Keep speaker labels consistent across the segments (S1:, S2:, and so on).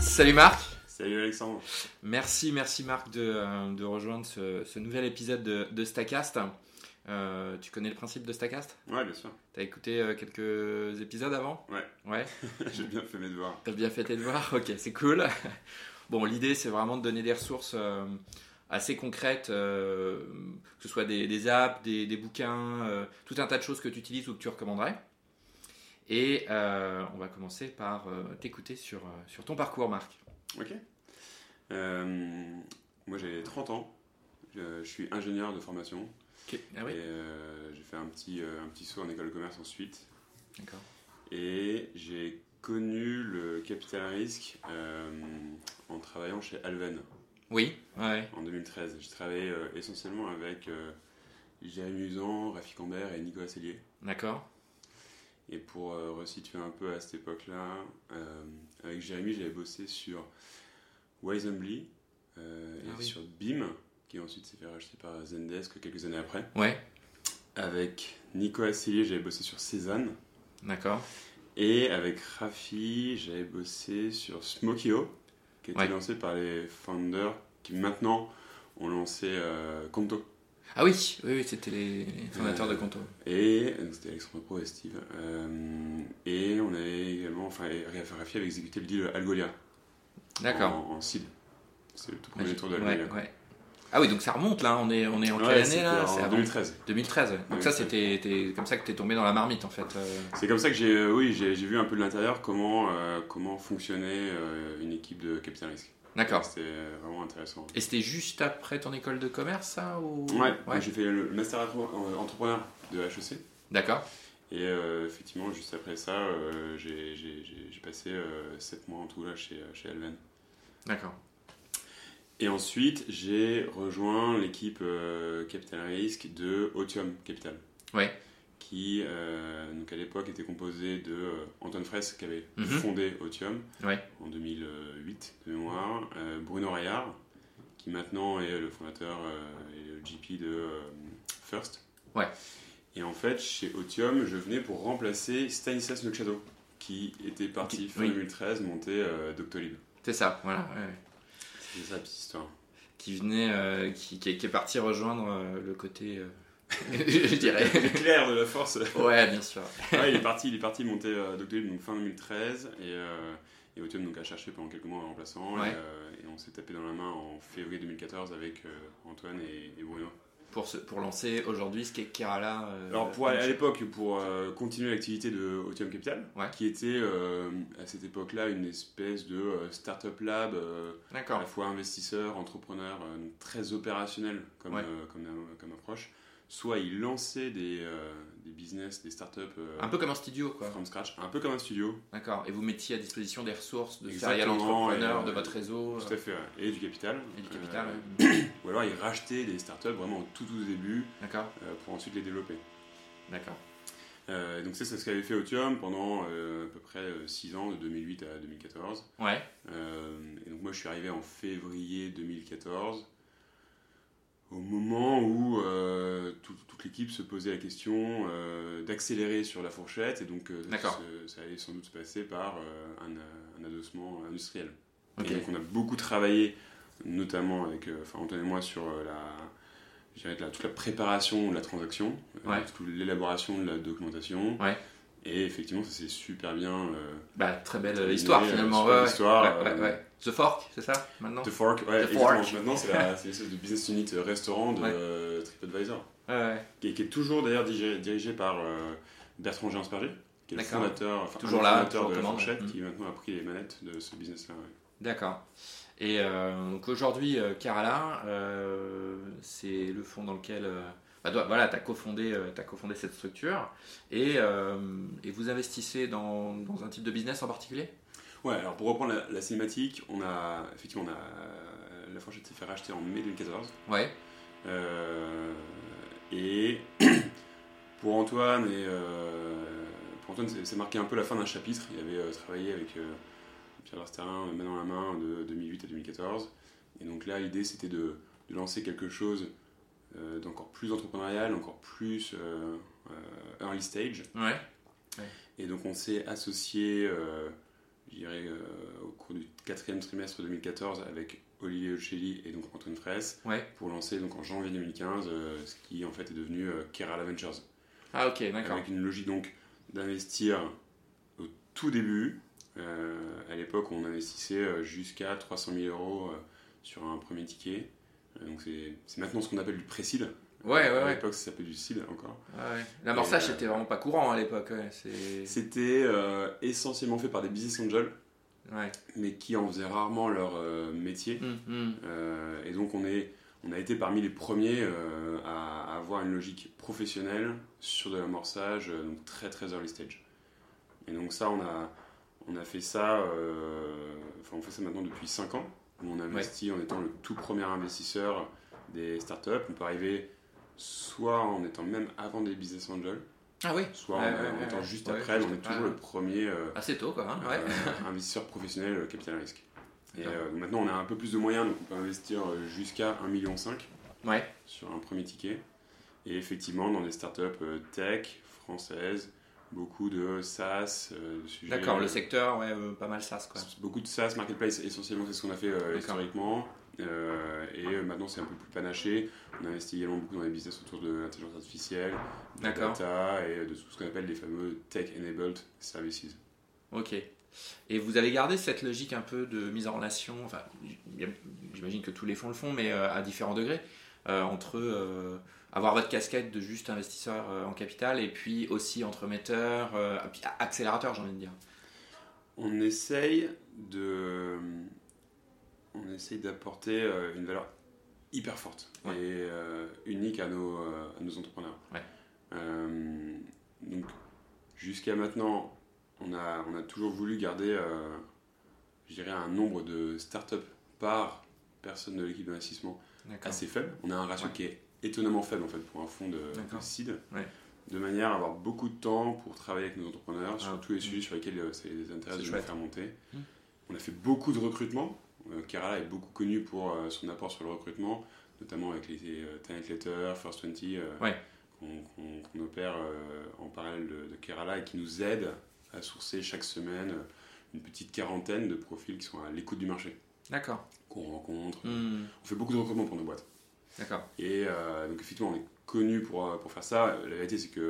S1: Salut Marc.
S2: Salut Alexandre.
S1: Merci, merci Marc de, euh, de rejoindre ce, ce nouvel épisode de, de Stacast. Euh, tu connais le principe de Stacast
S2: Ouais, bien sûr.
S1: T'as écouté euh, quelques épisodes avant
S2: Ouais.
S1: Ouais,
S2: J'ai bien fait mes devoirs.
S1: t'as bien fait tes devoirs Ok, c'est cool. Bon, l'idée c'est vraiment de donner des ressources euh, assez concrètes, euh, que ce soit des, des apps, des, des bouquins, euh, tout un tas de choses que tu utilises ou que tu recommanderais. Et euh, on va commencer par euh, t'écouter sur, euh, sur ton parcours, Marc.
S2: Ok. Euh, moi, j'ai 30 ans. Euh, Je, je suis ingénieur de formation.
S1: Ah oui
S2: Et euh, j'ai fait un petit, euh, un petit saut en école de commerce ensuite.
S1: D'accord.
S2: Et j'ai connu le capital risque euh, en travaillant chez Alven
S1: Oui, ouais.
S2: en 2013. J'ai travaillé euh, essentiellement avec euh, Jérémy Usan, Rafik Ambert et Nicolas Cellier.
S1: D'accord.
S2: Et pour euh, resituer un peu à cette époque-là, euh, avec Jérémy, j'avais bossé sur Wisembly euh, et
S1: Ah oui.
S2: sur BIM, qui ensuite s'est fait racheter par Zendesk quelques années après.
S1: Ouais,
S2: Avec Nicolas Cillier, j'avais bossé sur Cézanne.
S1: d'accord.
S2: Et avec Rafi, j'avais bossé sur Smokio, qui a été
S1: Ouais.
S2: lancé par les founders qui maintenant ont lancé euh, Conto.
S1: Ah oui, oui, oui, c'était les les fondateurs de Conto.
S2: Et donc, c'était Alexandre Pro et Steve. Euh, et on avait également, enfin, et Rafi avait exécuté le deal Algolia.
S1: D'accord.
S2: En, en seed. C'est le tout
S1: Ouais,
S2: premier tour de la
S1: ouais,
S2: Ligue.
S1: ouais. Ah oui, donc ça remonte là, on est, on est en
S2: Ouais,
S1: quelle année
S2: c'était
S1: là
S2: En
S1: C'est avant
S2: 2013.
S1: 2013. ouais. Donc ça, c'était t'es- comme ça que t'es tombé dans la marmite en fait. euh.
S2: C'est comme ça que j'ai euh, oui, j'ai j'ai vu un peu de l'intérieur comment, euh, comment fonctionnait euh, une équipe de Capital Risk.
S1: D'accord.
S2: C'était euh, vraiment intéressant.
S1: Et c'était juste après ton école de commerce ça ou...
S2: Ouais, donc j'ai fait le le master entre- en- entrepreneur de HEC.
S1: D'accord.
S2: Et euh, effectivement, juste après ça, euh, j'ai- j'ai j'ai- j'ai passé 7 mois en tout là chez, euh, chez Alven.
S1: D'accord.
S2: Et ensuite, j'ai rejoint l'équipe euh, Capital Risk de Autium Capital.
S1: Ouais.
S2: Qui, euh, donc à l'époque, était composée de euh, Antoine Fraisse, qui avait
S1: Mhm.
S2: fondé Autium
S1: Ouais.
S2: en 2008, de mémoire. euh, Bruno Rayard, qui maintenant est le fondateur euh, et le GP de euh, First.
S1: Ouais.
S2: Et en fait, chez Autium, je venais pour remplacer Stanislas Nocciado, qui était parti
S1: Qui-
S2: fin
S1: oui.
S2: 2013 monter euh, Doctolib.
S1: C'est ça, voilà. ouais, ouais.
S2: C'est ça la petite histoire.
S1: Qui venait, euh, qui, qui est- qui est parti rejoindre euh, le côté, euh, je dirais.
S2: L'éclair de la force
S1: Ouais, bien sûr.
S2: Ouais, il est parti, il est parti monter euh, Doctolib donc fin 2013 et, euh, et Autium donc a cherché pendant quelques mois un remplaçant
S1: Ouais.
S2: et, euh, et on s'est tapé dans la main en février 2014 avec euh, Antoine et, et Bruno.
S1: Pour, ce- pour lancer aujourd'hui ce qu'est Kerala. euh,
S2: Alors pour à, à l'époque pour euh, continuer l'activité de Autium Capital
S1: Ouais.
S2: qui était euh, à cette époque-là une espèce de euh, startup lab euh, à
S1: D'accord.
S2: la fois investisseur, entrepreneur, euh, donc très opérationnel comme,
S1: Ouais.
S2: euh, comme, comme approche. Soit il lançait des, euh, des business, des startups euh,
S1: Un peu comme un studio, quoi.
S2: from scratch, un peu comme un studio,
S1: D'accord. Et vous mettiez à disposition des ressources de
S2: Exactement,
S1: serial entrepreneur,
S2: et, euh,
S1: de votre réseau
S2: Tout à fait, ouais. et du capital.
S1: et du capital.
S2: Euh,
S1: ouais.
S2: Ou alors ils rachetaient des startups vraiment au tout, tout début
S1: D'accord.
S2: euh, pour ensuite les développer.
S1: D'accord.
S2: Euh, donc c'est c'est ce qu'avait fait Autium pendant euh, à peu près 6 ans, de 2008 à 2014.
S1: Ouais.
S2: Euh, et donc moi je suis arrivé en février 2014, au moment où euh, tout- toute l'équipe se posait la question euh, d'accélérer sur la fourchette, et donc euh,
S1: D'accord.
S2: ce- ça allait sans doute se passer par euh, un, euh, un adossement industriel.
S1: Ok.
S2: Et donc on a beaucoup travaillé, notamment avec euh, enfin, Antoine et moi, sur euh, la, je dirais que la- toute la préparation de la transaction, euh,
S1: Ouais.
S2: toute l'élaboration de la documentation.
S1: Ouais.
S2: Et effectivement, ça s'est super bien. euh,
S1: Bah, très belle
S2: terminé,
S1: histoire
S2: euh,
S1: finalement.
S2: super
S1: ouais,
S2: histoire,
S1: ouais, ouais,
S2: euh,
S1: ouais. The Fork, c'est ça maintenant
S2: The Fork, ouais,
S1: Oh. The
S2: exactement.
S1: Fork.
S2: Maintenant, c'est la- c'est l'espèce de business unit euh, restaurant de
S1: Ouais.
S2: euh, TripAdvisor,
S1: Ouais, ouais.
S2: qui, qui est toujours d'ailleurs dirigé, dirigé par euh, Bertrand Géansperger, qui est le
S1: D'accord.
S2: fondateur, enfin, un
S1: Toujours
S2: des
S1: là,
S2: fondateurs
S1: toujours
S2: de la
S1: commande.
S2: fourchette,
S1: Mm.
S2: qui maintenant a pris les manettes de ce business-là. ouais.
S1: D'accord. Et euh, donc aujourd'hui, euh, Kerala, euh, c'est le fond dans lequel. euh, bah, toi, voilà, tu as, cofondé euh, t'as cofondé cette structure. Et, euh, et vous investissez dans, dans un type de business en particulier
S2: Ouais, alors pour reprendre la, la cinématique, on a effectivement on a, la fourchette s'est fait racheter en mai 2014.
S1: Ouais.
S2: Euh, et pour Antoine, et, euh, pour Antoine c'est, c'est marqué un peu la fin d'un chapitre. Il avait euh, travaillé avec euh, Pierre Larsterin, euh, main dans la main, de 2008 à 2014. Et donc là, l'idée, c'était de, de lancer quelque chose euh, d'encore plus entrepreneurial, encore plus euh, euh, early stage.
S1: Ouais.
S2: Et donc on s'est associé, euh, je dirais, euh, au cours du quatrième trimestre 2014 avec Olivier Uccelli et donc Antoine Fraisse
S1: Ouais.
S2: pour lancer donc en janvier 2015 euh, ce qui en fait est devenu euh, Kerala Ventures
S1: Ah, ok, d'accord.
S2: avec une logique donc d'investir au tout début. Euh, à l'époque, on investissait euh, jusqu'à 300 000 euros euh, sur un premier ticket. Euh, donc c'est c'est maintenant ce qu'on appelle du pré-seed.
S1: Ouais, ouais,
S2: À
S1: ouais.
S2: l'époque, ça s'appelait du seed encore.
S1: Ah ouais. L'amorçage,
S2: Et, euh,
S1: c'était vraiment pas courant à l'époque. ouais, C'est.
S2: C'était euh, essentiellement fait par des business angels,
S1: Ouais.
S2: mais qui en faisaient rarement leur euh, métier.
S1: Hum, hum.
S2: Euh, et donc on, est, on a été parmi les premiers euh, à, à avoir une logique professionnelle sur de l'amorçage, euh, donc très très early stage. Et donc ça, on a, on a fait ça, euh, enfin on fait ça maintenant depuis 5 ans, où on investit en étant le tout premier investisseur des startups. On peut arriver soit en étant même avant des business angels,
S1: Ah oui.
S2: soit en,
S1: Ouais, ouais,
S2: en
S1: ouais,
S2: étant
S1: ouais.
S2: juste
S1: Ouais,
S2: après,
S1: juste
S2: on est
S1: après,
S2: toujours
S1: ouais.
S2: le premier euh,
S1: Assez tôt, quoi. hein, ouais.
S2: euh, investisseur professionnel euh, capital risque. Et
S1: D'accord.
S2: euh, maintenant, on a un peu plus de moyens, donc on peut investir euh, jusqu'à 1,5 million
S1: Ouais.
S2: sur un premier ticket. Et effectivement, dans des startups euh, tech françaises, beaucoup de SaaS, euh, de sujets-
S1: D'accord, le secteur, ouais, euh, pas mal SaaS, quoi.
S2: Beaucoup de SaaS, marketplace, essentiellement, c'est ce qu'on a fait euh, historiquement. Euh, et euh, maintenant, c'est un peu plus panaché. On investit également beaucoup dans les business autour de l'intelligence artificielle, de la
S1: D'accord.
S2: data et euh, de tout ce qu'on appelle les fameux tech-enabled services.
S1: Ok. Et vous allez garder cette logique un peu de mise en relation, enfin, j- j'imagine que tous les fonds le font, mais euh, à différents degrés, euh, entre euh, avoir votre casquette de juste investisseur euh, en capital et puis aussi entremetteur, euh, puis a- accélérateur, j'ai envie de dire.
S2: On essaye de, on essaye d'apporter euh, une valeur hyper forte
S1: Ouais.
S2: et euh, unique à nos, euh, à nos entrepreneurs.
S1: Ouais.
S2: Euh, donc jusqu'à maintenant, on a, on a toujours voulu garder, euh, je dirais, un nombre de startups par personne de l'équipe d'investissement
S1: D'accord.
S2: assez faible. On a un ratio
S1: Ouais.
S2: qui est étonnamment faible en fait pour un fonds de, de
S1: D'accord.
S2: seed,
S1: Ouais.
S2: de manière à avoir beaucoup de temps pour travailler avec nos entrepreneurs sur
S1: Ah,
S2: tous les
S1: mm.
S2: sujets sur lesquels euh, ça les intéresse
S1: C'est
S2: de
S1: chouette.
S2: nous faire monter.
S1: Mm.
S2: On a fait beaucoup de recrutement. Euh, Kerala est beaucoup connu pour euh, son apport sur le recrutement, notamment avec les euh, Talent Letter, First 20 euh,
S1: Ouais.
S2: qu'on qu'on- qu'on opère euh, en parallèle de, de Kerala et qui nous aide à sourcer chaque semaine euh, une petite quarantaine de profils qui sont à l'écoute du marché,
S1: D'accord.
S2: qu'on rencontre.
S1: Hmm,
S2: On fait beaucoup de recrutement pour nos boîtes.
S1: D'accord.
S2: Et euh, donc effectivement, on est connu pour, euh, pour faire ça. La vérité, c'est qu'on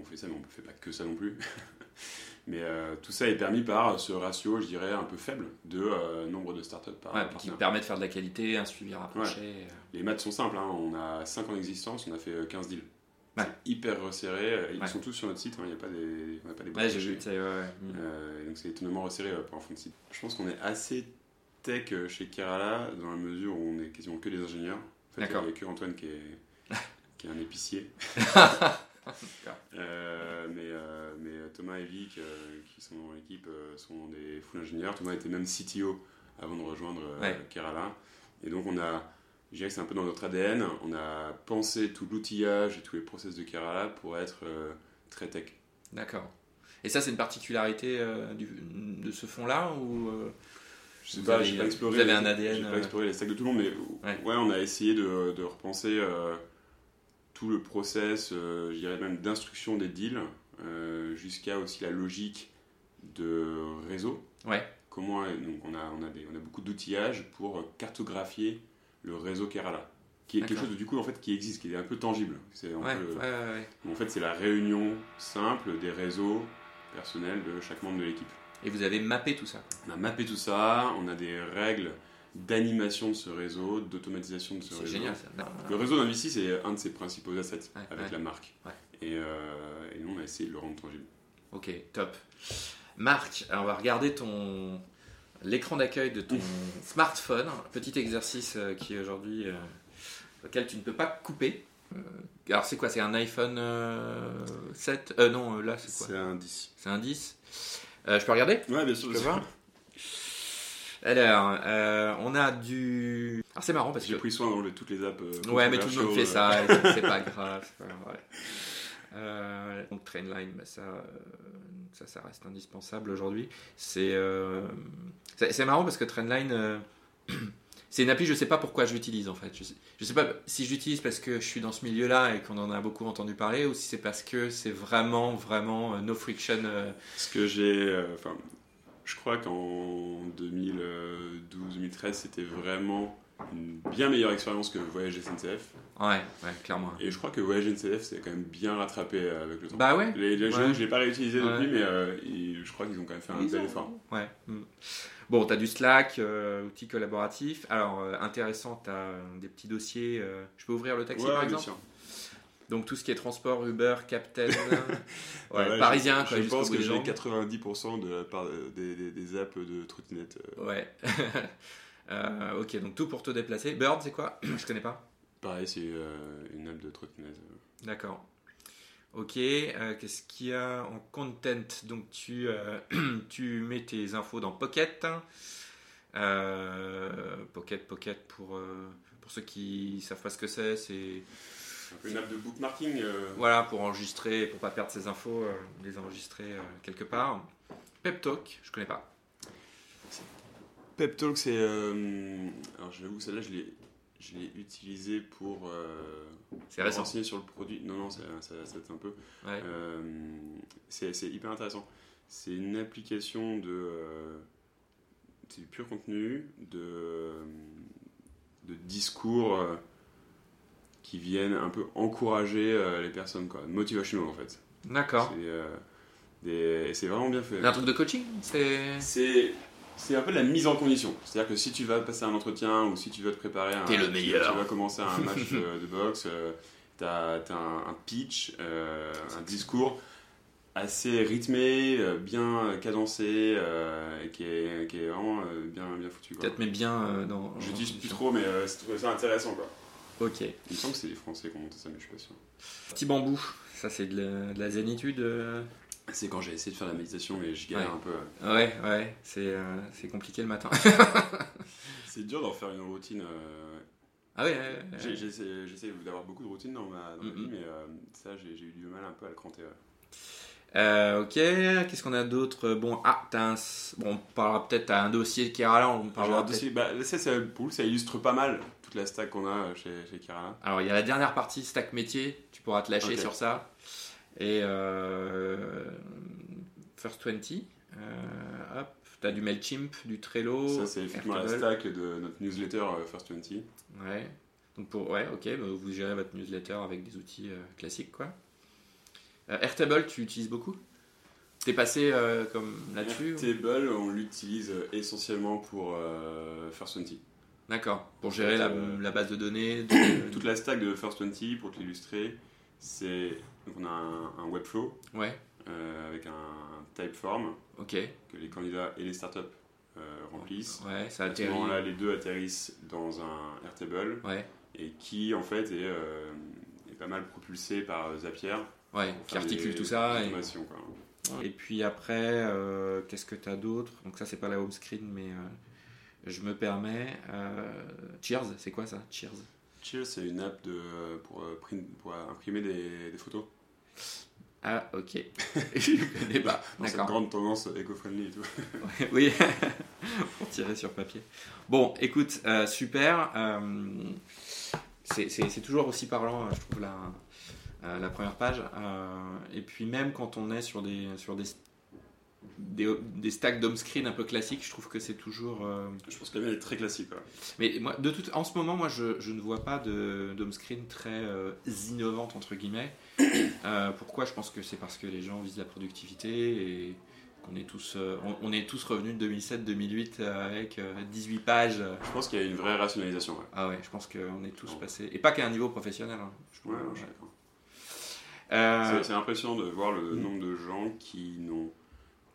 S2: on fait ça, mais on ne fait pas que ça non plus. mais euh, tout ça est permis par ce ratio, je dirais, un peu faible de euh, nombre de startups par
S1: Ouais,
S2: par
S1: puis bah. qui
S2: partenaire.
S1: permet de faire de la qualité, un suivi rapproché. euh.
S2: Les maths sont simples. hein. On a 5 ans d'existence, on a fait euh, 15 deals.
S1: Ouais.
S2: C'est hyper resserré. euh, Ils
S1: Ouais.
S2: sont tous sur notre site, hein, il n'y a pas des, on n'a pas des
S1: Ouais, j'ai
S2: cachées.
S1: vu. c'est- ouais, ouais. Hmm.
S2: Euh, et donc c'est étonnamment resserré euh, pour un fond de site. Je pense qu'on est assez tech euh, chez Kerala dans la mesure où on est quasiment que des ingénieurs. En fait,
S1: D'accord.
S2: Il n'y a que Antoine qui est, qui est un épicier. Euh, mais, euh, mais euh, Thomas et Vic, euh, qui sont dans l'équipe, euh, sont des full ingénieurs. Thomas était même CTO avant de rejoindre euh,
S1: Ouais.
S2: Kerala. Et donc on a, je dirais que c'est un peu dans notre ADN, on a pensé tout l'outillage et tous les process de Kerala pour être euh, très tech.
S1: D'accord. Et ça, c'est une particularité euh, du- de ce fonds-là ou euh,
S2: Je sais
S1: Vous
S2: pas,
S1: avez-
S2: j'ai pas exploré.
S1: vous avez
S2: les-
S1: un ADN,
S2: J'ai
S1: euh,
S2: pas exploré les stacks de tout le monde, mais
S1: Ouais.
S2: ouais, on a essayé de, de repenser euh, tout le process, euh, je dirais même d'instruction des deals, euh, jusqu'à aussi la logique de réseau.
S1: Ouais.
S2: Comment euh, donc on a on a des- on a beaucoup d'outillages pour euh, cartographier le réseau Kerala, qui est quelque
S1: D'accord.
S2: chose du coup en fait qui existe, qui est un peu tangible. C'est un
S1: ouais,
S2: peu-
S1: ouais, ouais, ouais.
S2: En fait, c'est la réunion simple des réseaux personnels de chaque membre de l'équipe.
S1: Et vous avez mappé tout ça. quoi.
S2: On a mappé tout ça, on a des règles d'animation de ce réseau, d'automatisation de ce
S1: C'est
S2: réseau.
S1: génial. Ça.
S2: Le réseau d'Invici, c'est un de ses principaux assets
S1: Ouais,
S2: avec
S1: ouais.
S2: la marque.
S1: Ouais.
S2: Et, euh, et nous, on a essayé de le rendre tangible.
S1: Ok, top. Marc, alors on va regarder ton l'écran d'accueil de ton smartphone. Petit exercice euh, qui aujourd'hui euh, auquel tu ne peux pas couper. Euh, alors c'est quoi C'est un iPhone euh, 7 Euh non, euh, là c'est quoi
S2: un 10.
S1: C'est un 10. Euh, je peux regarder
S2: Ouais, bien sûr.
S1: Je peux voir Alors, euh, on a du. Alors c'est marrant parce que
S2: J'ai pris soin d'enlever toutes les apps. euh,
S1: Ouais, mais tout le monde fait
S2: controversial,
S1: ça, et c'est- c'est pas grave. c'est pas grave, ouais. Euh, donc Trainline, bah, ça, euh, ça, ça reste indispensable aujourd'hui. C'est euh, c'est c'est marrant parce que Trainline, euh, c'est une appli, je sais pas pourquoi je l'utilise en fait. Je sais, je sais pas si je l'utilise parce que je suis dans ce milieu-là et qu'on en a beaucoup entendu parler, ou si c'est parce que c'est vraiment, vraiment euh, no friction. euh,
S2: euh, Ce que j'ai. euh, Enfin, Je crois qu'en 2012-2013, c'était vraiment une bien meilleure expérience que Voyage SNCF.
S1: Ouais, ouais, clairement.
S2: Et je crois que Voyage SNCF s'est quand même bien rattrapé euh, avec le temps.
S1: Bah ouais.
S2: les, les
S1: ouais.
S2: jeunes, je ne l'ai pas réutilisé
S1: Ouais.
S2: depuis, mais euh, ils- je crois qu'ils ont quand même fait un
S1: Ils
S2: bel
S1: ont-
S2: effort.
S1: Ouais. mm. Bon, tu as du Slack, euh, outils collaboratifs. Alors, euh, intéressant, tu as des petits dossiers. euh, je peux ouvrir le taxi,
S2: Ouais,
S1: par
S2: bien
S1: exemple
S2: sûr.
S1: Donc, tout ce qui est transport, Uber, Captain, ouais,
S2: Ah Ouais,
S1: parisien,
S2: je,
S1: Ah, quoi,
S2: je
S1: jusqu'au
S2: pense
S1: bout
S2: que
S1: des
S2: j'ai
S1: jambes.
S2: 90% de la part euh, des, des- des apps de trottinette. euh,
S1: Ouais. Euh, ok, donc tout pour te déplacer. Bird, c'est quoi Je connais pas.
S2: Pareil, c'est euh, une app de trottinette. euh.
S1: D'accord. Ok, euh, qu'est-ce qu'il y a en content Donc tu, euh, tu mets tes infos dans Pocket. Euh, Pocket, Pocket, pour, euh, pour ceux qui savent pas ce que c'est, c'est
S2: C'est un peu une app de bookmarking. euh,
S1: voilà, pour enregistrer, pour pas perdre ses infos, euh, les enregistrer euh, quelque part. Pep Talk, je connais pas.
S2: Pep Talk, c'est. euh, alors, j'avoue que celle-là, je l'ai, je l'ai utilisée pour. euh,
S1: C'est
S2: me
S1: récent.
S2: renseigner sur le produit. Non, non, ça, ça, ça date un peu.
S1: Ouais.
S2: Euh, c'est, c'est hyper intéressant. C'est une application de. euh, c'est du pur contenu, de. euh, de discours euh, qui viennent un peu encourager euh, les personnes, quoi. Motivational, en fait.
S1: D'accord.
S2: C'est, euh, des- et c'est vraiment bien fait.
S1: Un truc de coaching C'est.
S2: C'est c'est un peu de la mise en condition. C'est-à-dire que si tu vas passer un entretien ou si tu vas te préparer à un,
S1: T'es le
S2: tu-
S1: meilleur.
S2: Tu vas commencer un match euh, de, boxe, euh, t'as t'as un, un pitch, euh, un discours assez rythmé, euh, bien cadencé, euh, et qui est, qui est vraiment euh, bien, bien foutu. Quoi.
S1: Peut-être, mais bien euh, dans.
S2: Je dis plus trop, mais euh, c'est trouvé ça intéressant. Quoi.
S1: Ok.
S2: Il me semble que c'est les Français qui ont monté ça, mais je suis pas sûr.
S1: Petit bambou, ça c'est de la, de la zénitude. euh.
S2: C'est quand j'ai essayé de faire la méditation, mais je
S1: galère
S2: galère
S1: Ouais.
S2: un peu.
S1: Ouais,
S2: euh.
S1: ouais, c'est euh, c'est compliqué le matin.
S2: C'est dur d'en faire une routine. euh,
S1: ah ouais, ouais, ouais,
S2: J'ai-
S1: ouais.
S2: J'essaie j'essaie d'avoir beaucoup de routines dans ma, dans ma
S1: Mhm.
S2: vie, mais euh, ça, j'ai j'ai eu du mal un peu à le cranter. ouais.
S1: Euh, ok, qu'est-ce qu'on a d'autre Bon, ah, t'as un. s- Bon, on parlera peut-être à un dossier qui est là, on
S2: J'ai un
S1: parlera peut-être.
S2: dossier- bah, ça, ça, pour le coup, ça illustre pas mal toute la stack qu'on a euh, chez, chez Kerala.
S1: Alors, il y a la dernière partie, stack métier, tu pourras te lâcher
S2: Ok.
S1: sur ça. Et euh, First 20, euh, hop, t'as du MailChimp, du Trello.
S2: ça, c'est effectivement la
S1: Oh, Airtable.
S2: stack de notre newsletter euh, First 20.
S1: Ouais. Donc pour, ouais, ok, bah vous gérez votre newsletter avec des outils euh, classiques, quoi. Euh, Airtable, tu utilises beaucoup T'es passé euh, comme là-dessus ou-
S2: Airtable, on l'utilise euh, essentiellement pour euh, First 20.
S1: D'accord. Pour gérer la,
S2: Euh,
S1: la base de données. de-
S2: Toute la stack de First 20, pour te l'illustrer, c'est. donc, On a un, un Webflow
S1: Ouais,
S2: euh, avec un, un Typeform
S1: ok.
S2: que les candidats et les startups euh, remplissent.
S1: Ouais, ça
S2: À ce
S1: atterrit.
S2: moment-là, les deux atterrissent dans un Airtable
S1: Ouais,
S2: et qui, en fait, est, euh, est pas mal propulsé par euh, Zapier.
S1: ouais,
S2: pour
S1: qui
S2: faire
S1: articule
S2: des
S1: tout ça. Et,
S2: automations, quoi.
S1: et puis après, euh, qu'est-ce que t'as d'autre Donc ça, c'est pas la home screen, mais euh, je me permets. euh, Cheers, c'est quoi ça Cheers.
S2: Cheers, c'est une app de, euh, pour, euh, print- pour, euh, imprimer des, des photos.
S1: Ah, ok. je connais pas.
S2: Dans cette
S1: D'accord.
S2: grande tendance éco-friendly et tout.
S1: Oui, pour tirer sur papier. Bon, écoute, euh, super. euh, c'est- c'est c'est toujours aussi parlant, euh, je trouve, la, euh, la première page. Euh, et puis même quand on est sur des, sur des, des, des stacks d'home screen un peu classiques, je trouve que c'est toujours... euh,
S2: Je pense que la mienne est très classique. quoi.
S1: Mais moi, de tout, en ce moment, moi, je, je ne vois pas de d'home screen très euh, innovante, entre guillemets. Euh, pourquoi Je pense que c'est parce que les gens visent la productivité et qu'on est tous, euh, on, on est tous revenus de 2007-2008 euh, avec euh, 18 pages.
S2: Je pense qu'il y a une vraie rationalisation. ouais.
S1: Ah ouais, je pense qu'on est tous passés. Et pas qu'à un niveau professionnel. hein. Je
S2: Ouais,
S1: pense-
S2: ouais, je suis d'accord.
S1: Euh,
S2: C'est- C'est impressionnant de voir le
S1: Mm.
S2: nombre de gens qui n'ont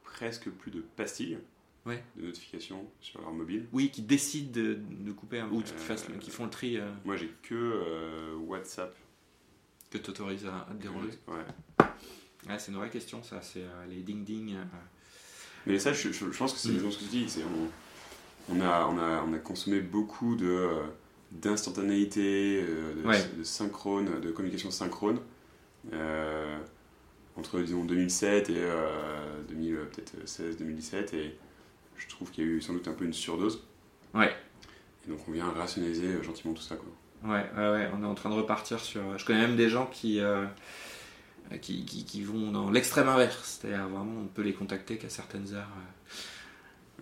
S2: presque plus de pastilles
S1: Ouais.
S2: de notifications sur leur mobile.
S1: oui, qui décident de, de couper un bout, qui,
S2: Euh,
S1: fassent- qui font le tri, euh,
S2: Moi, j'ai que euh, WhatsApp.
S1: que tu autorises à, à te déranger.
S2: Ouais.
S1: Ouais, c'est une vraie question, ça. C'est euh, les ding-ding. euh,
S2: Mais ça, je, je- je pense que c'est
S1: Mm.
S2: exactement ce que tu dis. c'est On, on a, on, a, on a consommé beaucoup de, euh, d'instantanéité, euh, de,
S1: Ouais.
S2: de synchrone, de communication synchrone. euh, entre, disons, 2007 et euh, 2016-2017. Et je trouve qu'il y a eu sans doute un peu une surdose.
S1: Ouais.
S2: Et donc, on vient rationaliser euh, gentiment tout ça. Quoi.
S1: Ouais, ouais, ouais, on est en train de repartir sur. euh, Je connais même des gens qui, euh, qui, qui, qui vont dans l'extrême inverse. C'est-à-dire, vraiment, on peut les contacter qu'à certaines heures. euh.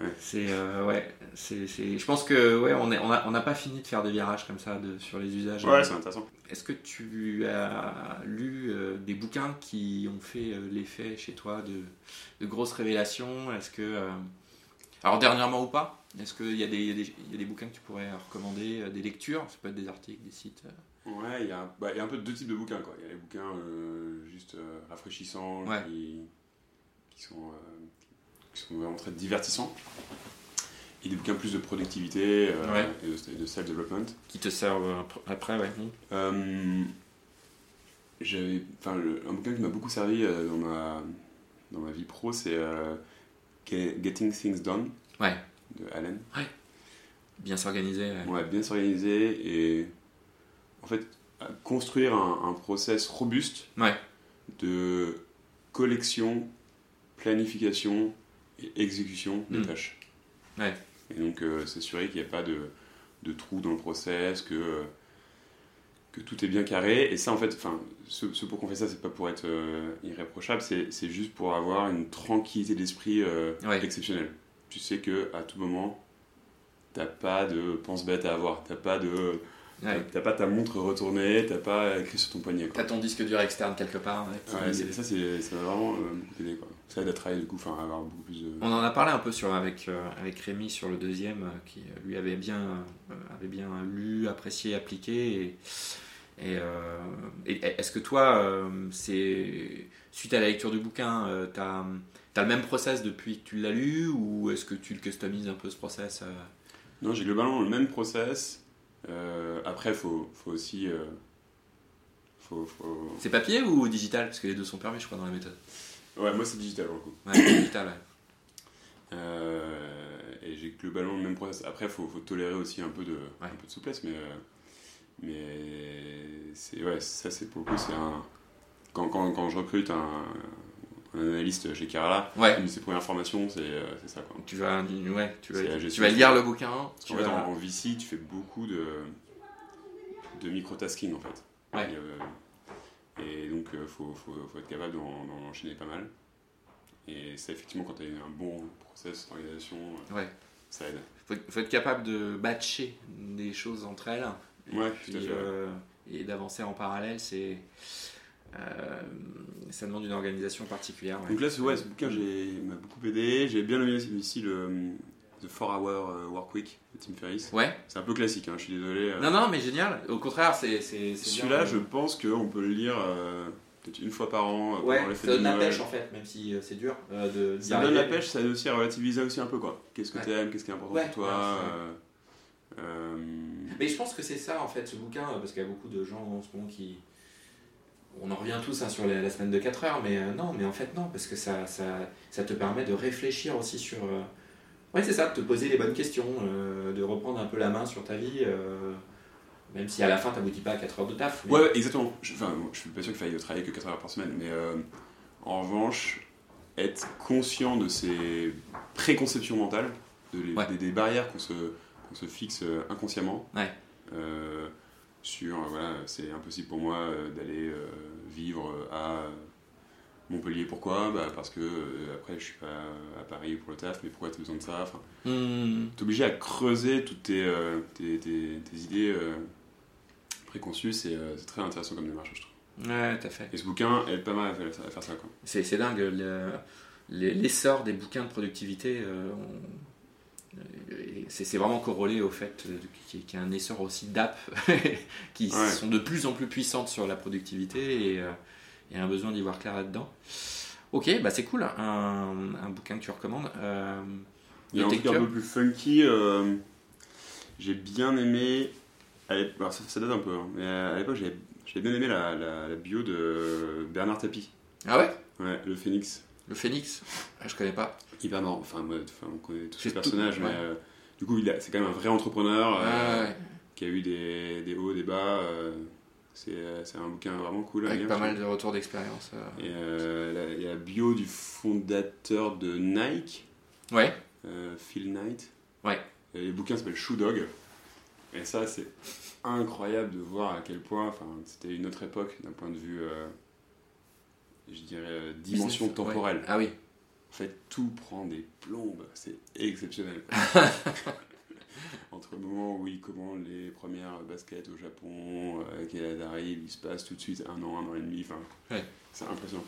S2: Ouais.
S1: C'est euh, ouais, c'est, c'est- je pense que ouais, on est- on a- on n'a pas fini de faire des virages comme ça de- sur les usages.
S2: Ouais, c'est intéressant.
S1: Est-ce que tu as lu euh, des bouquins qui ont fait euh, l'effet chez toi de, de grosses révélations Est-ce que euh, alors dernièrement ou pas Est-ce qu'il y, a des- il y a des- il y a des bouquins que tu pourrais recommander, euh, des lectures Ça peut être des articles, des sites. euh.
S2: Ouais, il y, a bah, il y a un peu deux types de bouquins. quoi. Il y a les bouquins euh, juste euh, rafraîchissants,
S1: Ouais.
S2: qui, qui sont, euh, qui sont vraiment très divertissants. Et des bouquins plus de productivité euh,
S1: Ouais.
S2: et de, et de self-development.
S1: qui te servent après- après, ouais.
S2: Euh, j'avais- enfin, le- un bouquin qui m'a beaucoup servi euh, dans, ma, dans ma vie pro, c'est euh, Ge- Getting Things Done
S1: Ouais.
S2: de Allen.
S1: Bien s'organiser. ouais.
S2: Ouais, bien s'organiser et en fait à construire un, un process robuste
S1: Ouais.
S2: de collection, planification et exécution des
S1: Mm.
S2: tâches.
S1: Ouais.
S2: Et donc euh, s'assurer qu'il n'y a pas de, de trous dans le process, que, euh, que tout est bien carré. Et ça en fait, enfin, ce, ce pour qu'on fait ça, c'est pas pour être euh, irréprochable, c'est c'est juste pour avoir une tranquillité d'esprit euh,
S1: Ouais.
S2: exceptionnelle. Tu sais que à tout moment, t'as pas de pense bête à avoir, t'as pas de
S1: Ouais.
S2: t'as pas ta montre retournée, t'as pas écrit sur ton poignet. Quoi.
S1: T'as ton disque dur externe quelque part. ouais, qui-
S2: Ouais, c'est- ça, c'est, ça m'a vraiment euh, beaucoup aidé. Quoi. Ça aide à travailler, du coup, enfin, à avoir beaucoup plus de.
S1: On en a parlé un peu sur, avec, euh, avec Rémi sur le deuxième, euh, qui euh, lui avait bien, euh, avait bien lu, apprécié, appliqué. Et, et, euh, et- et est-ce que toi, euh, c'est suite à la lecture du bouquin, euh, t'as as le même process depuis que tu l'as lu ou est-ce que tu le customises un peu ce process euh
S2: Non, j'ai globalement le même process. Euh, après, faut, faut aussi. euh, faut, faut-
S1: C'est papier ou digital Parce que les deux sont permis, je crois, dans la méthode.
S2: Ouais, moi, c'est digital, pour le coup.
S1: Ouais, digital, ouais.
S2: Euh, et j'ai globalement le même process. Après, faut, faut tolérer aussi un peu de, un peu de souplesse, mais, euh, mais c'est, ouais, ça, c'est pour le coup, c'est un. Quand, quand, quand je recrute un, un analyste chez Kerala,
S1: Ouais.
S2: une de ses premières formations, c'est, euh, c'est ça, quoi.
S1: Tu vas, ouais, tu vas,
S2: C'est la
S1: tu
S2: gestion.
S1: vas lire le bouquin.
S2: Parce
S1: Tu
S2: qu'en fait,
S1: vas-
S2: en, en VC, tu fais beaucoup de, de microtasking, en fait.
S1: Ouais.
S2: Et, euh, Et, donc, il faut, faut- faut être capable d'en d'en enchaîner pas mal. Et ça, effectivement, quand tu as un bon process d'organisation, euh,
S1: Ouais.
S2: ça aide.
S1: faut, faut être capable de batcher des choses entre elles
S2: Ouais,
S1: puis,
S2: tout à fait.
S1: euh, et d'avancer en parallèle. C'est euh, ça demande une organisation particulière. ouais.
S2: Donc là, ce, ouais, ce bouquin j'ai- m'a beaucoup aidé. J'ai bien aimé aussi le hum, The 4-Hour Work Week de Tim Ferriss.
S1: Ouais.
S2: C'est un peu classique, hein, je suis désolé. euh,
S1: Non, non, mais génial. Au contraire, c'est c'est- c'est
S2: Celui-là,
S1: bien.
S2: je pense qu'on peut le lire euh, peut-être une fois par an euh, pendant
S1: Ouais,
S2: les
S1: ça
S2: fêtes de
S1: donne la
S2: Noël.
S1: pêche en fait, même si euh, c'est dur euh, de. d'y
S2: Ça donne la
S1: arriver.
S2: pêche, ça aide aussi à relativiser aussi un peu quoi. Qu'est-ce que
S1: Ouais.
S2: t'aimes, qu'est-ce qui est important
S1: Ouais,
S2: pour toi.
S1: ouais, c'est
S2: euh, euh,
S1: Mais je pense que c'est ça en fait ce bouquin, euh, parce qu'il y a beaucoup de gens en ce moment qui. On en revient tous hein, sur la, la semaine de 4 heures, mais euh, non, mais en fait non, parce que ça, ça, ça te permet de réfléchir aussi sur. euh, Ouais, c'est ça, de te poser les bonnes questions, euh, de reprendre un peu la main sur ta vie, euh, même si à la fin t'aboutis pas à 4 heures de taf. mais-
S2: Ouais, ouais, exactement. Je, enfin, bon, je suis pas sûr qu'il faille travailler que 4 heures par semaine, mais euh, en revanche, être conscient de ces préconceptions mentales, de les-
S1: Ouais.
S2: des, des barrières qu'on se, qu'on se fixe euh, inconsciemment.
S1: Ouais.
S2: euh, sur, euh, voilà, c'est impossible pour moi euh, d'aller euh, vivre euh, à euh, Montpellier. Pourquoi bah, Parce que euh, après, je suis pas à Paris pour le taf, mais pourquoi tu as besoin de ça Enfin,
S1: Hmm,
S2: t'es obligé à creuser toutes tes, euh, tes, tes- tes idées euh, préconçues, c'est euh, c'est très intéressant comme démarche, je trouve.
S1: ouais, tout à fait.
S2: Et ce bouquin aide pas mal à faire, à faire ça. Quoi.
S1: C'est, c'est dingue, le- les- l'essor des bouquins de productivité, euh, on- euh, c'est, c'est vraiment corrélé au fait de- qu'il y ait- qu'il y a un essor aussi d'app qui
S2: Ouais.
S1: sont de plus en plus puissantes sur la productivité et, euh, et un besoin d'y voir clair là-dedans. Ok, bah c'est cool, un, un bouquin que tu recommandes. Euh,
S2: Il y a un
S1: Le
S2: truc un
S1: Take-Care.
S2: peu plus funky, euh, j'ai bien aimé. à l'ép- Alors ça, ça date un peu, hein, mais à l'époque j'avais j'avais bien aimé la, la- la bio de Bernard Tapie,
S1: Ah ouais
S2: ouais, le phénix.
S1: Le phoenix Ah, Je connais pas.
S2: hyper marrant. Enfin, moi, enfin, on connaît tous
S1: C'est
S2: ces
S1: tout-
S2: personnages, mais
S1: ouais. Ah
S2: euh, du coup, il a- c'est quand même un vrai entrepreneur euh,
S1: Ouais, ouais, ouais.
S2: qui a eu des, des hauts, des bas. euh, c'est euh, c'est un bouquin vraiment cool. à
S1: Avec
S2: lire,
S1: pas
S2: je
S1: mal
S2: trouve.
S1: de retours d'expérience. euh.
S2: Et euh, la- il y a la bio du fondateur de Nike,
S1: Ouais,
S2: euh, Phil Knight.
S1: Ouais.
S2: Et le bouquin s'appelle Shoe Dog. Et ça, c'est incroyable de voir à quel point enfin, c'était une autre époque d'un point de vue, euh, je dirais, euh, dimension
S1: Business, ouais.
S2: temporelle.
S1: Ah oui,
S2: En fait, tout prend des plombes. C'est exceptionnel. Entre le moment où il commande les premières baskets au Japon, euh, qu'elles arrivent, il se passe tout de suite un an, un an et demi. Enfin,
S1: Ouais.
S2: C'est impressionnant.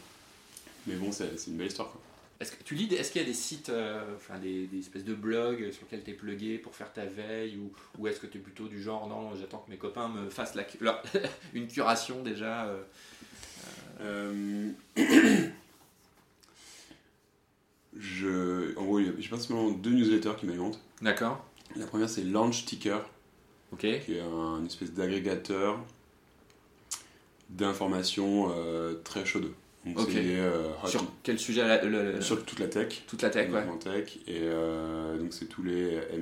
S2: Mais bon, c'est c'est une belle histoire. quoi.
S1: Est-ce que tu lis des- Est-ce qu'il y a des sites, euh, enfin des, des espèces de blogs sur lesquels tu es plugué pour faire ta veille ou, ou est-ce que tu es plutôt du genre non, j'attends que mes copains me fassent la, cu- leur- une curation déjà euh,
S2: Euh, je, en gros, il y a- j'ai principalement deux newsletters qui m'alimentent.
S1: D'accord.
S2: La première, c'est Launch Ticker,
S1: Ok.
S2: qui est un une espèce d'agrégateur d'informations euh, très chaudes. Donc,
S1: Ok.
S2: c'est, euh, hot-
S1: Sur quel sujet la- le- le-
S2: sur toute la tech.
S1: Toute la tech, ouais.
S2: uniquement tech, et euh, donc c'est tous les M&A,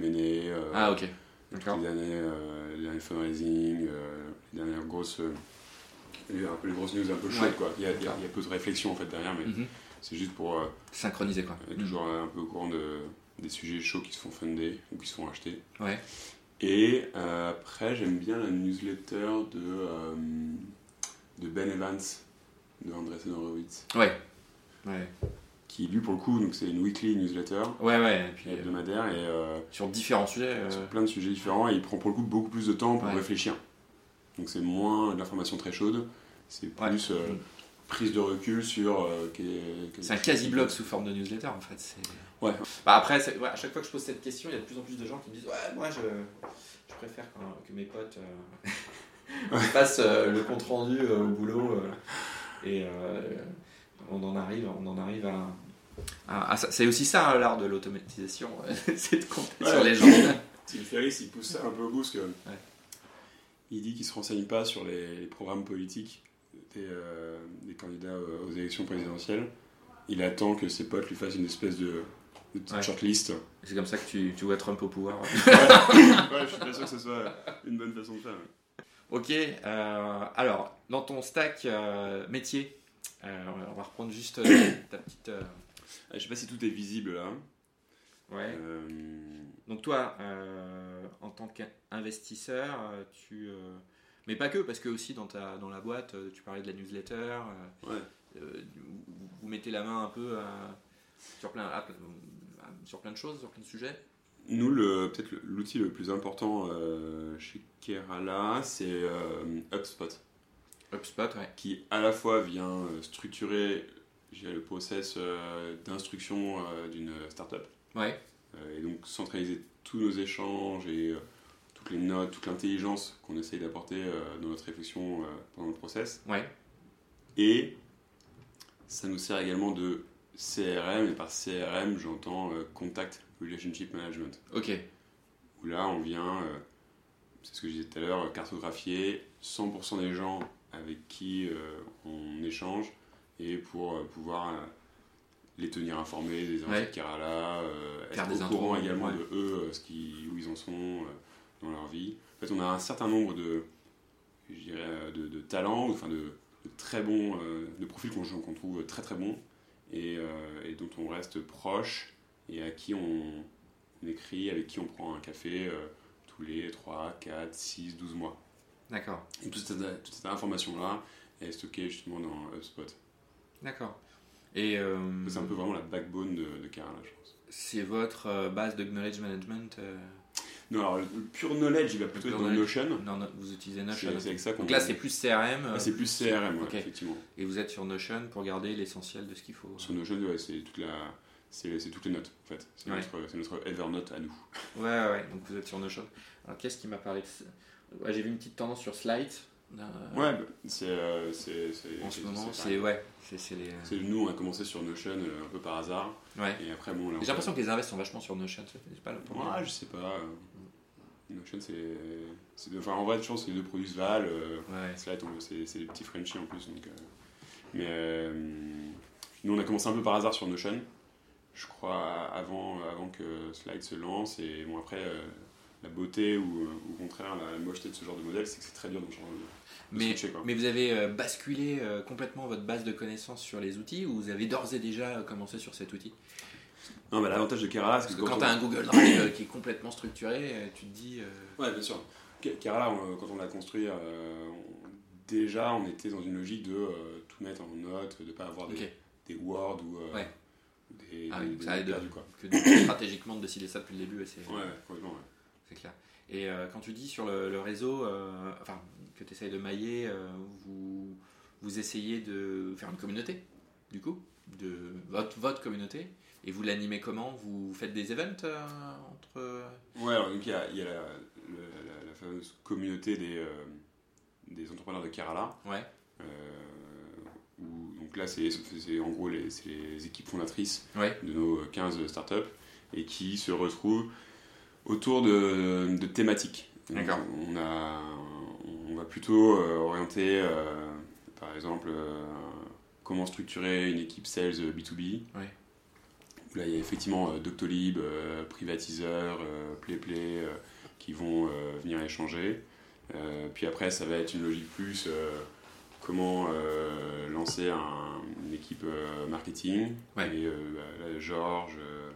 S2: euh,
S1: Ah ok.
S2: les
S1: D'accord.
S2: derniers, euh, les derniers fundraising, euh, les dernières grosses, euh, les, un peu les grosses news un peu chaudes
S1: Ouais.
S2: quoi. Il y, a, il y a- il y a peu de réflexion en fait derrière, mais
S1: Mhm.
S2: c'est juste pour euh,
S1: Synchronisé quoi.
S2: être toujours un peu au courant de, des sujets chauds qui se font funder ou qui se font acheter.
S1: Ouais.
S2: Et euh, après, j'aime bien la newsletter de, euh, de Ben Evans, de André Horowitz,
S1: Ouais. Ouais.
S2: qui lui pour le coup, donc c'est une weekly newsletter
S1: Ouais ouais. Et puis, euh,
S2: hebdomadaire et euh,
S1: sur différents sujets. euh,
S2: sur plein de sujets différents et il prend pour le coup beaucoup plus de temps pour
S1: Ouais.
S2: réfléchir. Donc c'est moins de l'information très chaude, c'est
S1: Ouais.
S2: plus euh, prise de recul sur... euh, qu'est- qu'est-
S1: C'est un quasi-blog sous forme de newsletter en fait. c'est-
S2: Ouais.
S1: Bah, après, c'est- ouais, à chaque fois que je pose cette question, il y a de plus en plus de gens qui me disent Ouais, moi je, je préfère quand- que mes potes euh, me fassent euh, le compte rendu euh, au boulot. euh, et euh, on en arrive, on en arrive à. à- à ça. c'est aussi ça hein, l'art de l'automatisation, c'est de compter
S2: Ouais.
S1: sur les gens.
S2: Tim Ferriss, il pousse ça un peu au bout parce que il dit qu'il se renseigne pas sur les, les programmes politiques des, euh, des candidats euh, aux élections présidentielles. Il attend que ses potes lui fassent une espèce de, de petite
S1: Ouais.
S2: shortlist.
S1: C'est comme ça que tu, tu vois Trump au pouvoir.
S2: ouais, je suis pas sûr que ce soit une bonne façon de faire.
S1: Ok, euh, alors dans ton stack euh, métier, euh, on va reprendre juste euh, ta petite. euh,
S2: Je sais pas si tout est visible là.
S1: ouais.
S2: Euh,
S1: Donc toi, euh, en tant qu'investisseur, euh, tu... euh, mais pas que, parce que aussi dans, ta, dans la boîte, euh, tu parlais de la newsletter, euh,
S2: Ouais.
S1: euh, vous, vous mettez la main un peu à- sur, plein, à- à- sur plein de choses, sur plein de sujets.
S2: Nous, le- peut-être le- l'outil le plus important euh, chez Kerala, c'est euh, HubSpot,
S1: HubSpot, ouais.
S2: qui à la fois vient euh, structurer je dirais, le process euh, d'instruction euh, d'une startup,
S1: Ouais,
S2: euh, et donc centraliser tous nos échanges et euh, toutes les notes, toute l'intelligence qu'on essaye d'apporter euh, dans notre réflexion euh, pendant le process.
S1: ouais.
S2: Et ça nous sert également de CRM, et par CRM, j'entends euh, Contact Relationship Management.
S1: Ok,
S2: où là on vient, euh, c'est ce que je disais tout à l'heure, euh, cartographier 100% des gens avec qui euh, on échange et pour euh, pouvoir euh, les tenir informés des
S1: Ouais.
S2: enjeux de Kerala, euh,
S1: Faire
S2: être
S1: des
S2: au courant
S1: intros,
S2: également
S1: ouais.
S2: de eux, euh, ce qui, où ils en sont euh, dans leur vie. En fait, on a un certain nombre de, je dirais, euh, de, de talents, enfin de, de très bons, euh, de profils qu'on qu'on trouve euh, très très bons et, euh, et dont on reste proche et à qui on, on écrit, avec qui on prend un café euh, tous les 3, 4, 6, 12 mois.
S1: d'accord,
S2: Et toute cette, toute cette information-là est stockée justement dans HubSpot.
S1: d'accord. Et euh,
S2: C'est un peu vraiment la backbone de, de Kerala, je pense.
S1: c'est votre euh, base de knowledge management euh,
S2: Non, alors le le pure knowledge, il va plutôt
S1: Le
S2: être
S1: pure
S2: dans Notion.
S1: non, non, Vous utilisez
S2: C'est
S1: Notion.
S2: c'est avec ça qu'on.
S1: Donc là, c'est plus CRM euh,
S2: Ah, c'est plus CRM, ouais,
S1: Ok.
S2: effectivement.
S1: et vous êtes sur Notion pour garder l'essentiel de ce qu'il faut.
S2: Sur Notion, ouais, c'est toute la. C'est c'est toutes les notes, en fait. C'est
S1: Ouais.
S2: notre, c'est notre Evernote à nous.
S1: Ouais, ouais, ouais, donc vous êtes sur Notion. Alors qu'est-ce qui m'a parlé de ça Ouais, J'ai vu une petite tendance sur Slide. euh,
S2: Ouais, bah, c'est. euh, c'est- c'est-
S1: En ce moment,
S2: pareil.
S1: c'est ouais, c'est c'est les. euh,
S2: C'est nous, on a commencé sur Notion euh, un peu par hasard.
S1: Ouais.
S2: Et après, bon, là, on-
S1: J'ai l'impression que les invests sont vachement sur Notion. C'est c'est pas le
S2: Pour moi, euh, je sais pas. euh, Notion, c'est. c'est de- Enfin, en vrai, je pense que les deux produits se valent. euh,
S1: Ouais.
S2: Slide, on- c'est c'est des petits Frenchies en plus. Donc, euh, mais euh, nous, on a commencé un peu par hasard sur Notion, je crois, avant, avant que Slide se lance. Et bon, après, euh, la beauté ou euh, au contraire la mocheté de ce genre de modèle, c'est que c'est très dur de changer. de
S1: Mais,
S2: switcher, quoi.
S1: mais vous avez euh, basculé euh, complètement votre base de connaissances sur les outils ou vous avez d'ores et déjà euh, commencé sur cet outil
S2: Non, mais l'avantage de Kerala, c'est
S1: Parce
S2: que
S1: que
S2: quand
S1: quand
S2: on-
S1: tu as un Google Drive euh, qui est complètement structuré, euh, tu te dis. euh,
S2: Ouais, bien sûr. Ke- Kerala, on- quand on l'a construit, euh, on- déjà, on était dans une logique de euh, tout mettre en note, de ne pas avoir des,
S1: Ok.
S2: des Word ou, euh,
S1: Ouais.
S2: des,
S1: Ah
S2: des-
S1: oui,
S2: des
S1: ça aide.
S2: perdus, quoi.
S1: que de- stratégiquement de décider ça depuis le début, et c'est
S2: Ouais, complètement, ouais.
S1: c'est clair. Et euh, quand tu dis sur le, le réseau, euh, enfin, que tu essayes de mailler, euh, vous, vous essayez de faire une communauté, du coup, de votre, votre communauté, et vous l'animez comment Vous faites des events euh, entre...
S2: Ouais, alors donc il y a, il y a la, le- la- la fameuse communauté des, euh, des entrepreneurs de Kerala.
S1: Ouais.
S2: Euh, où- donc là, c'est c'est en gros les, c'est les équipes fondatrices
S1: Ouais.
S2: de nos 15 startups et qui se retrouvent autour de, de thématiques. Donc,
S1: D'accord.
S2: On, a, on va plutôt euh, orienter, euh, par exemple, euh, comment structurer une équipe sales euh, B2B.
S1: Ouais.
S2: Où Là, il y a effectivement euh, Doctolib, euh, Privatiseur, euh, PlayPlay euh, qui vont euh, venir échanger. Euh, puis après, ça va être une logique plus euh, comment euh, lancer un- une équipe euh, marketing.
S1: Ouais.
S2: Et euh, bah, là, Georges, euh,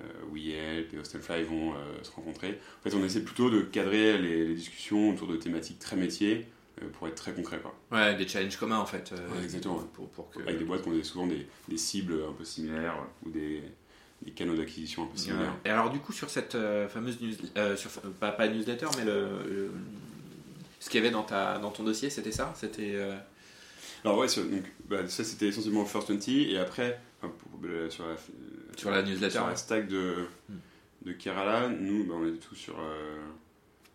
S2: euh, WeHelp et Hostelfly vont euh, se rencontrer. En fait, on essaie plutôt de cadrer les, les discussions autour de thématiques très métiers euh, pour être très concret. quoi.
S1: Ouais, des challenges communs en fait. euh,
S2: Ouais, exactement.
S1: Pour, pour que...
S2: Avec des boîtes qui ont des- souvent des, des cibles un peu similaires ou des, des canaux d'acquisition un peu similaires.
S1: Et alors du coup sur cette euh, fameuse news, euh, sur, euh, pas, pas newsletter, mais le, le- ce qu'il y avait dans ta dans ton dossier, c'était ça, c'était euh,
S2: Alors ouais, sur- donc, bah, ça c'était essentiellement First 20 et après enfin, pour- pour- euh, sur, la,
S1: sur la newsletter.
S2: sur la stack de,
S1: Hmm.
S2: de Kerala, nous bah, on était tous sur, euh,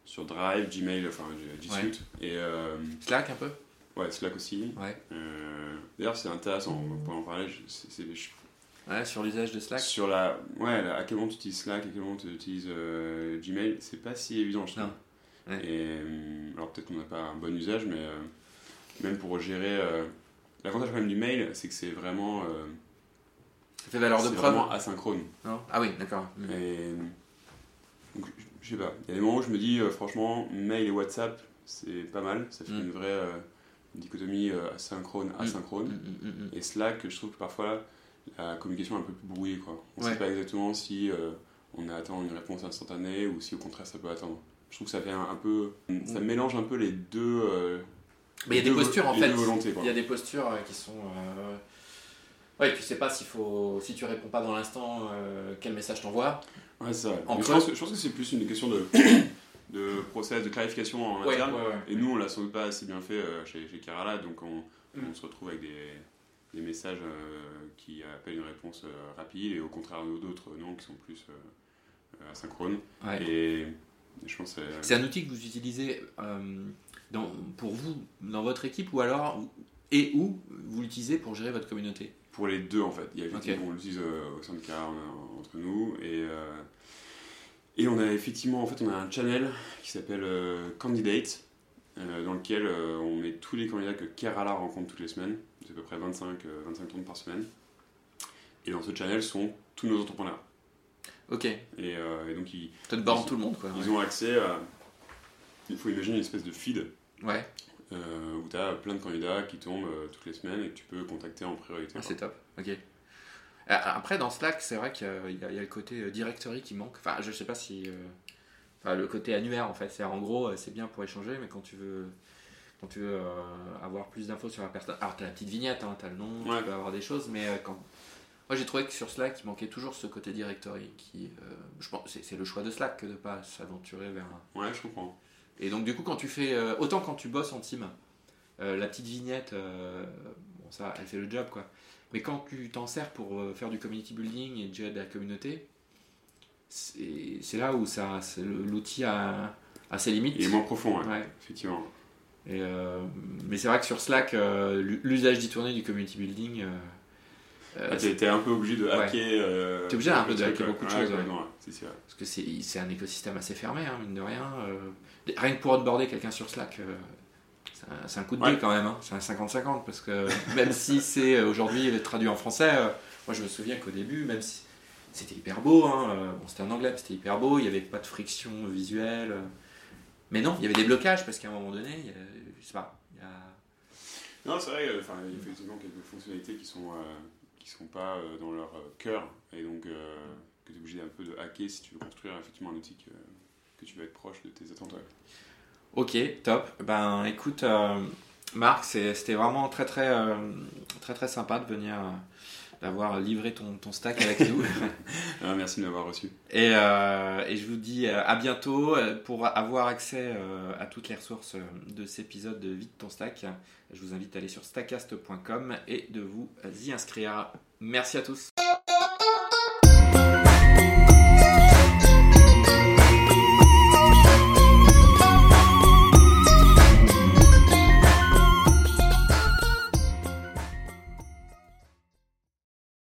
S2: sur Drive, Gmail, enfin G- G Suite et euh,
S1: Slack un peu.
S2: ouais, Slack aussi.
S1: Ouais.
S2: Euh, D'ailleurs c'est intéressant, on pourrait en parler. je- c'est- c'est- je-
S1: Ouais, sur l'usage de Slack.
S2: sur la, ouais, la- à quel moment tu utilises Slack, à quel moment tu utilises euh, Gmail, c'est pas si évident je trouve.
S1: Non. Ouais.
S2: Et, euh, alors peut-être qu'on n'a pas un bon usage, mais euh, même pour gérer... euh, L'avantage quand même du mail, c'est que c'est vraiment... euh,
S1: Ça fait valeur de
S2: c'est
S1: preuve.
S2: vraiment asynchrone.
S1: Non ah oui, d'accord. Mm.
S2: Et, donc, je- je sais pas. Il y a des moments où je me dis, euh, franchement, mail et WhatsApp, c'est pas mal. Ça fait
S1: Mm.
S2: une vraie euh, dichotomie euh, asynchrone, asynchrone.
S1: Mm, mm, mm, mm.
S2: Et Slack, je trouve que parfois, la communication est un peu plus brouillée. Quoi. On
S1: Ouais.
S2: sait pas exactement si euh, on attend une réponse instantanée ou si au contraire ça peut attendre. Je trouve que ça fait un, un peu. Ça
S1: Mm.
S2: mélange un peu les deux. euh,
S1: Mais il y a des
S2: les deux-
S1: postures en
S2: les
S1: fait.
S2: deux volontés, quoi.
S1: Il y a des postures euh, qui sont. euh, Ouais, tu sais pas s'il faut, si tu réponds pas dans l'instant, euh, quel message t'envoie.
S2: Ouais, c'est vrai.
S1: En
S2: Mais je,
S1: creux.
S2: pense que, je pense que c'est plus une question de, de process, de clarification en
S1: Ouais,
S2: interne.
S1: ouais, ouais.
S2: Et nous, on l'a sans doute pas assez bien fait euh, chez, chez Kerala, donc on,
S1: Mm.
S2: on se retrouve avec des, des messages euh, qui appellent une réponse euh, rapide, et au contraire de- d'autres, non, qui sont plus euh, euh, asynchrones.
S1: Ouais.
S2: Et je pense euh, que c'est-
S1: C'est un outil que vous utilisez euh, dans- pour vous, dans votre équipe, ou alors, et où vous l'utilisez pour gérer votre communauté
S2: pour les deux, en fait. Il y a
S1: Ok.
S2: effectivement, on l'utilise euh, au sein de Kerala, on a- entre nous, et, euh, et on a effectivement, en fait, on a un channel qui s'appelle euh, Candidate, euh, dans lequel euh, on met tous les candidats que Kerala rencontre toutes les semaines, c'est à peu près 25, euh, 25 tournes par semaine. Et dans ce channel sont tous nos entrepreneurs.
S1: Ok,
S2: Et, euh, et donc, ils,
S1: ça te barre tout le monde, quoi.
S2: ils ont accès à. Il faut imaginer une espèce de feed
S1: Ouais,
S2: euh, où tu as plein de candidats qui tombent euh, toutes les semaines et que tu peux contacter en priorité.
S1: Ah, c'est top. Ok. Ah, Après, dans Slack, c'est vrai qu'il y a- il y, a il y a le côté euh, directory qui manque. Enfin, je sais pas si. euh, Enfin, le côté annuaire, en fait. C'est en gros, euh, c'est bien pour échanger, mais quand tu veux. Quand tu veux euh, avoir plus d'infos sur la personne. Alors, t'as la petite vignette, hein, t'as le nom,
S2: Ouais.
S1: tu peux avoir des choses, mais euh, quand. Moi, j'ai trouvé que sur Slack, il manquait toujours ce côté directory. Qui, euh, je pense, c'est, c'est le choix de Slack que de pas s'aventurer vers un.
S2: Ouais, je comprends.
S1: Et donc, du coup, quand tu fais. euh, autant quand tu bosses en team, euh, la petite vignette, euh, bon, ça, elle fait le job, quoi. Mais quand tu t'en sers pour euh, faire du community building et gérer de la communauté, c'est c'est là où ça, c'est le- l'outil a, a ses limites.
S2: Il est moins profond, ouais,
S1: Ouais.
S2: effectivement.
S1: Et, euh, mais c'est vrai que sur Slack, euh, l'u- l'usage détourné du community building, euh, euh,
S2: Ah, t'es, t'es un peu obligé de
S1: Ouais.
S2: hacker. euh,
S1: T'es obligé un peu de
S2: truc,
S1: hacker
S2: ouais.
S1: beaucoup de
S2: Ouais,
S1: choses, ouais.
S2: complètement, ouais. C'est, c'est vrai.
S1: parce que c'est c'est un écosystème assez fermé, hein, mine de rien. euh, rien que pour onboarder quelqu'un sur Slack, euh, c'est un- c'est un, coup de
S2: Ouais.
S1: gueule quand même. hein, C'est un 50-50 parce que même si c'est euh, aujourd'hui traduit en français, euh, moi je me souviens qu'au début, même si c'était hyper beau, hein, euh, bon, c'était en anglais, mais c'était hyper beau, il n'y avait pas de friction visuelle. euh, mais non, il y avait des blocages parce qu'à un moment donné, il y a- je sais pas, il y a-
S2: Non, c'est vrai, euh, enfin, il y a effectivement quelques fonctionnalités qui sont, euh, qui sont pas euh, dans leur euh, cœur. Et donc, euh, que t'es obligé un peu de hacker si tu veux construire effectivement un outil que, que tu vas être proche de tes attentes. ouais.
S1: Ok, top. Ben écoute, euh, Marc, c'est- c'était vraiment très très, euh, très très sympa de venir, euh, d'avoir livré ton, ton stack avec nous.
S2: Ah, merci de m'avoir reçu.
S1: Et, euh, et je vous dis euh, à bientôt euh, pour avoir accès euh, à toutes les ressources euh, de cet épisode de Vite ton stack. Je vous invite à aller sur stackast.com et de vous y inscrire. Merci à tous.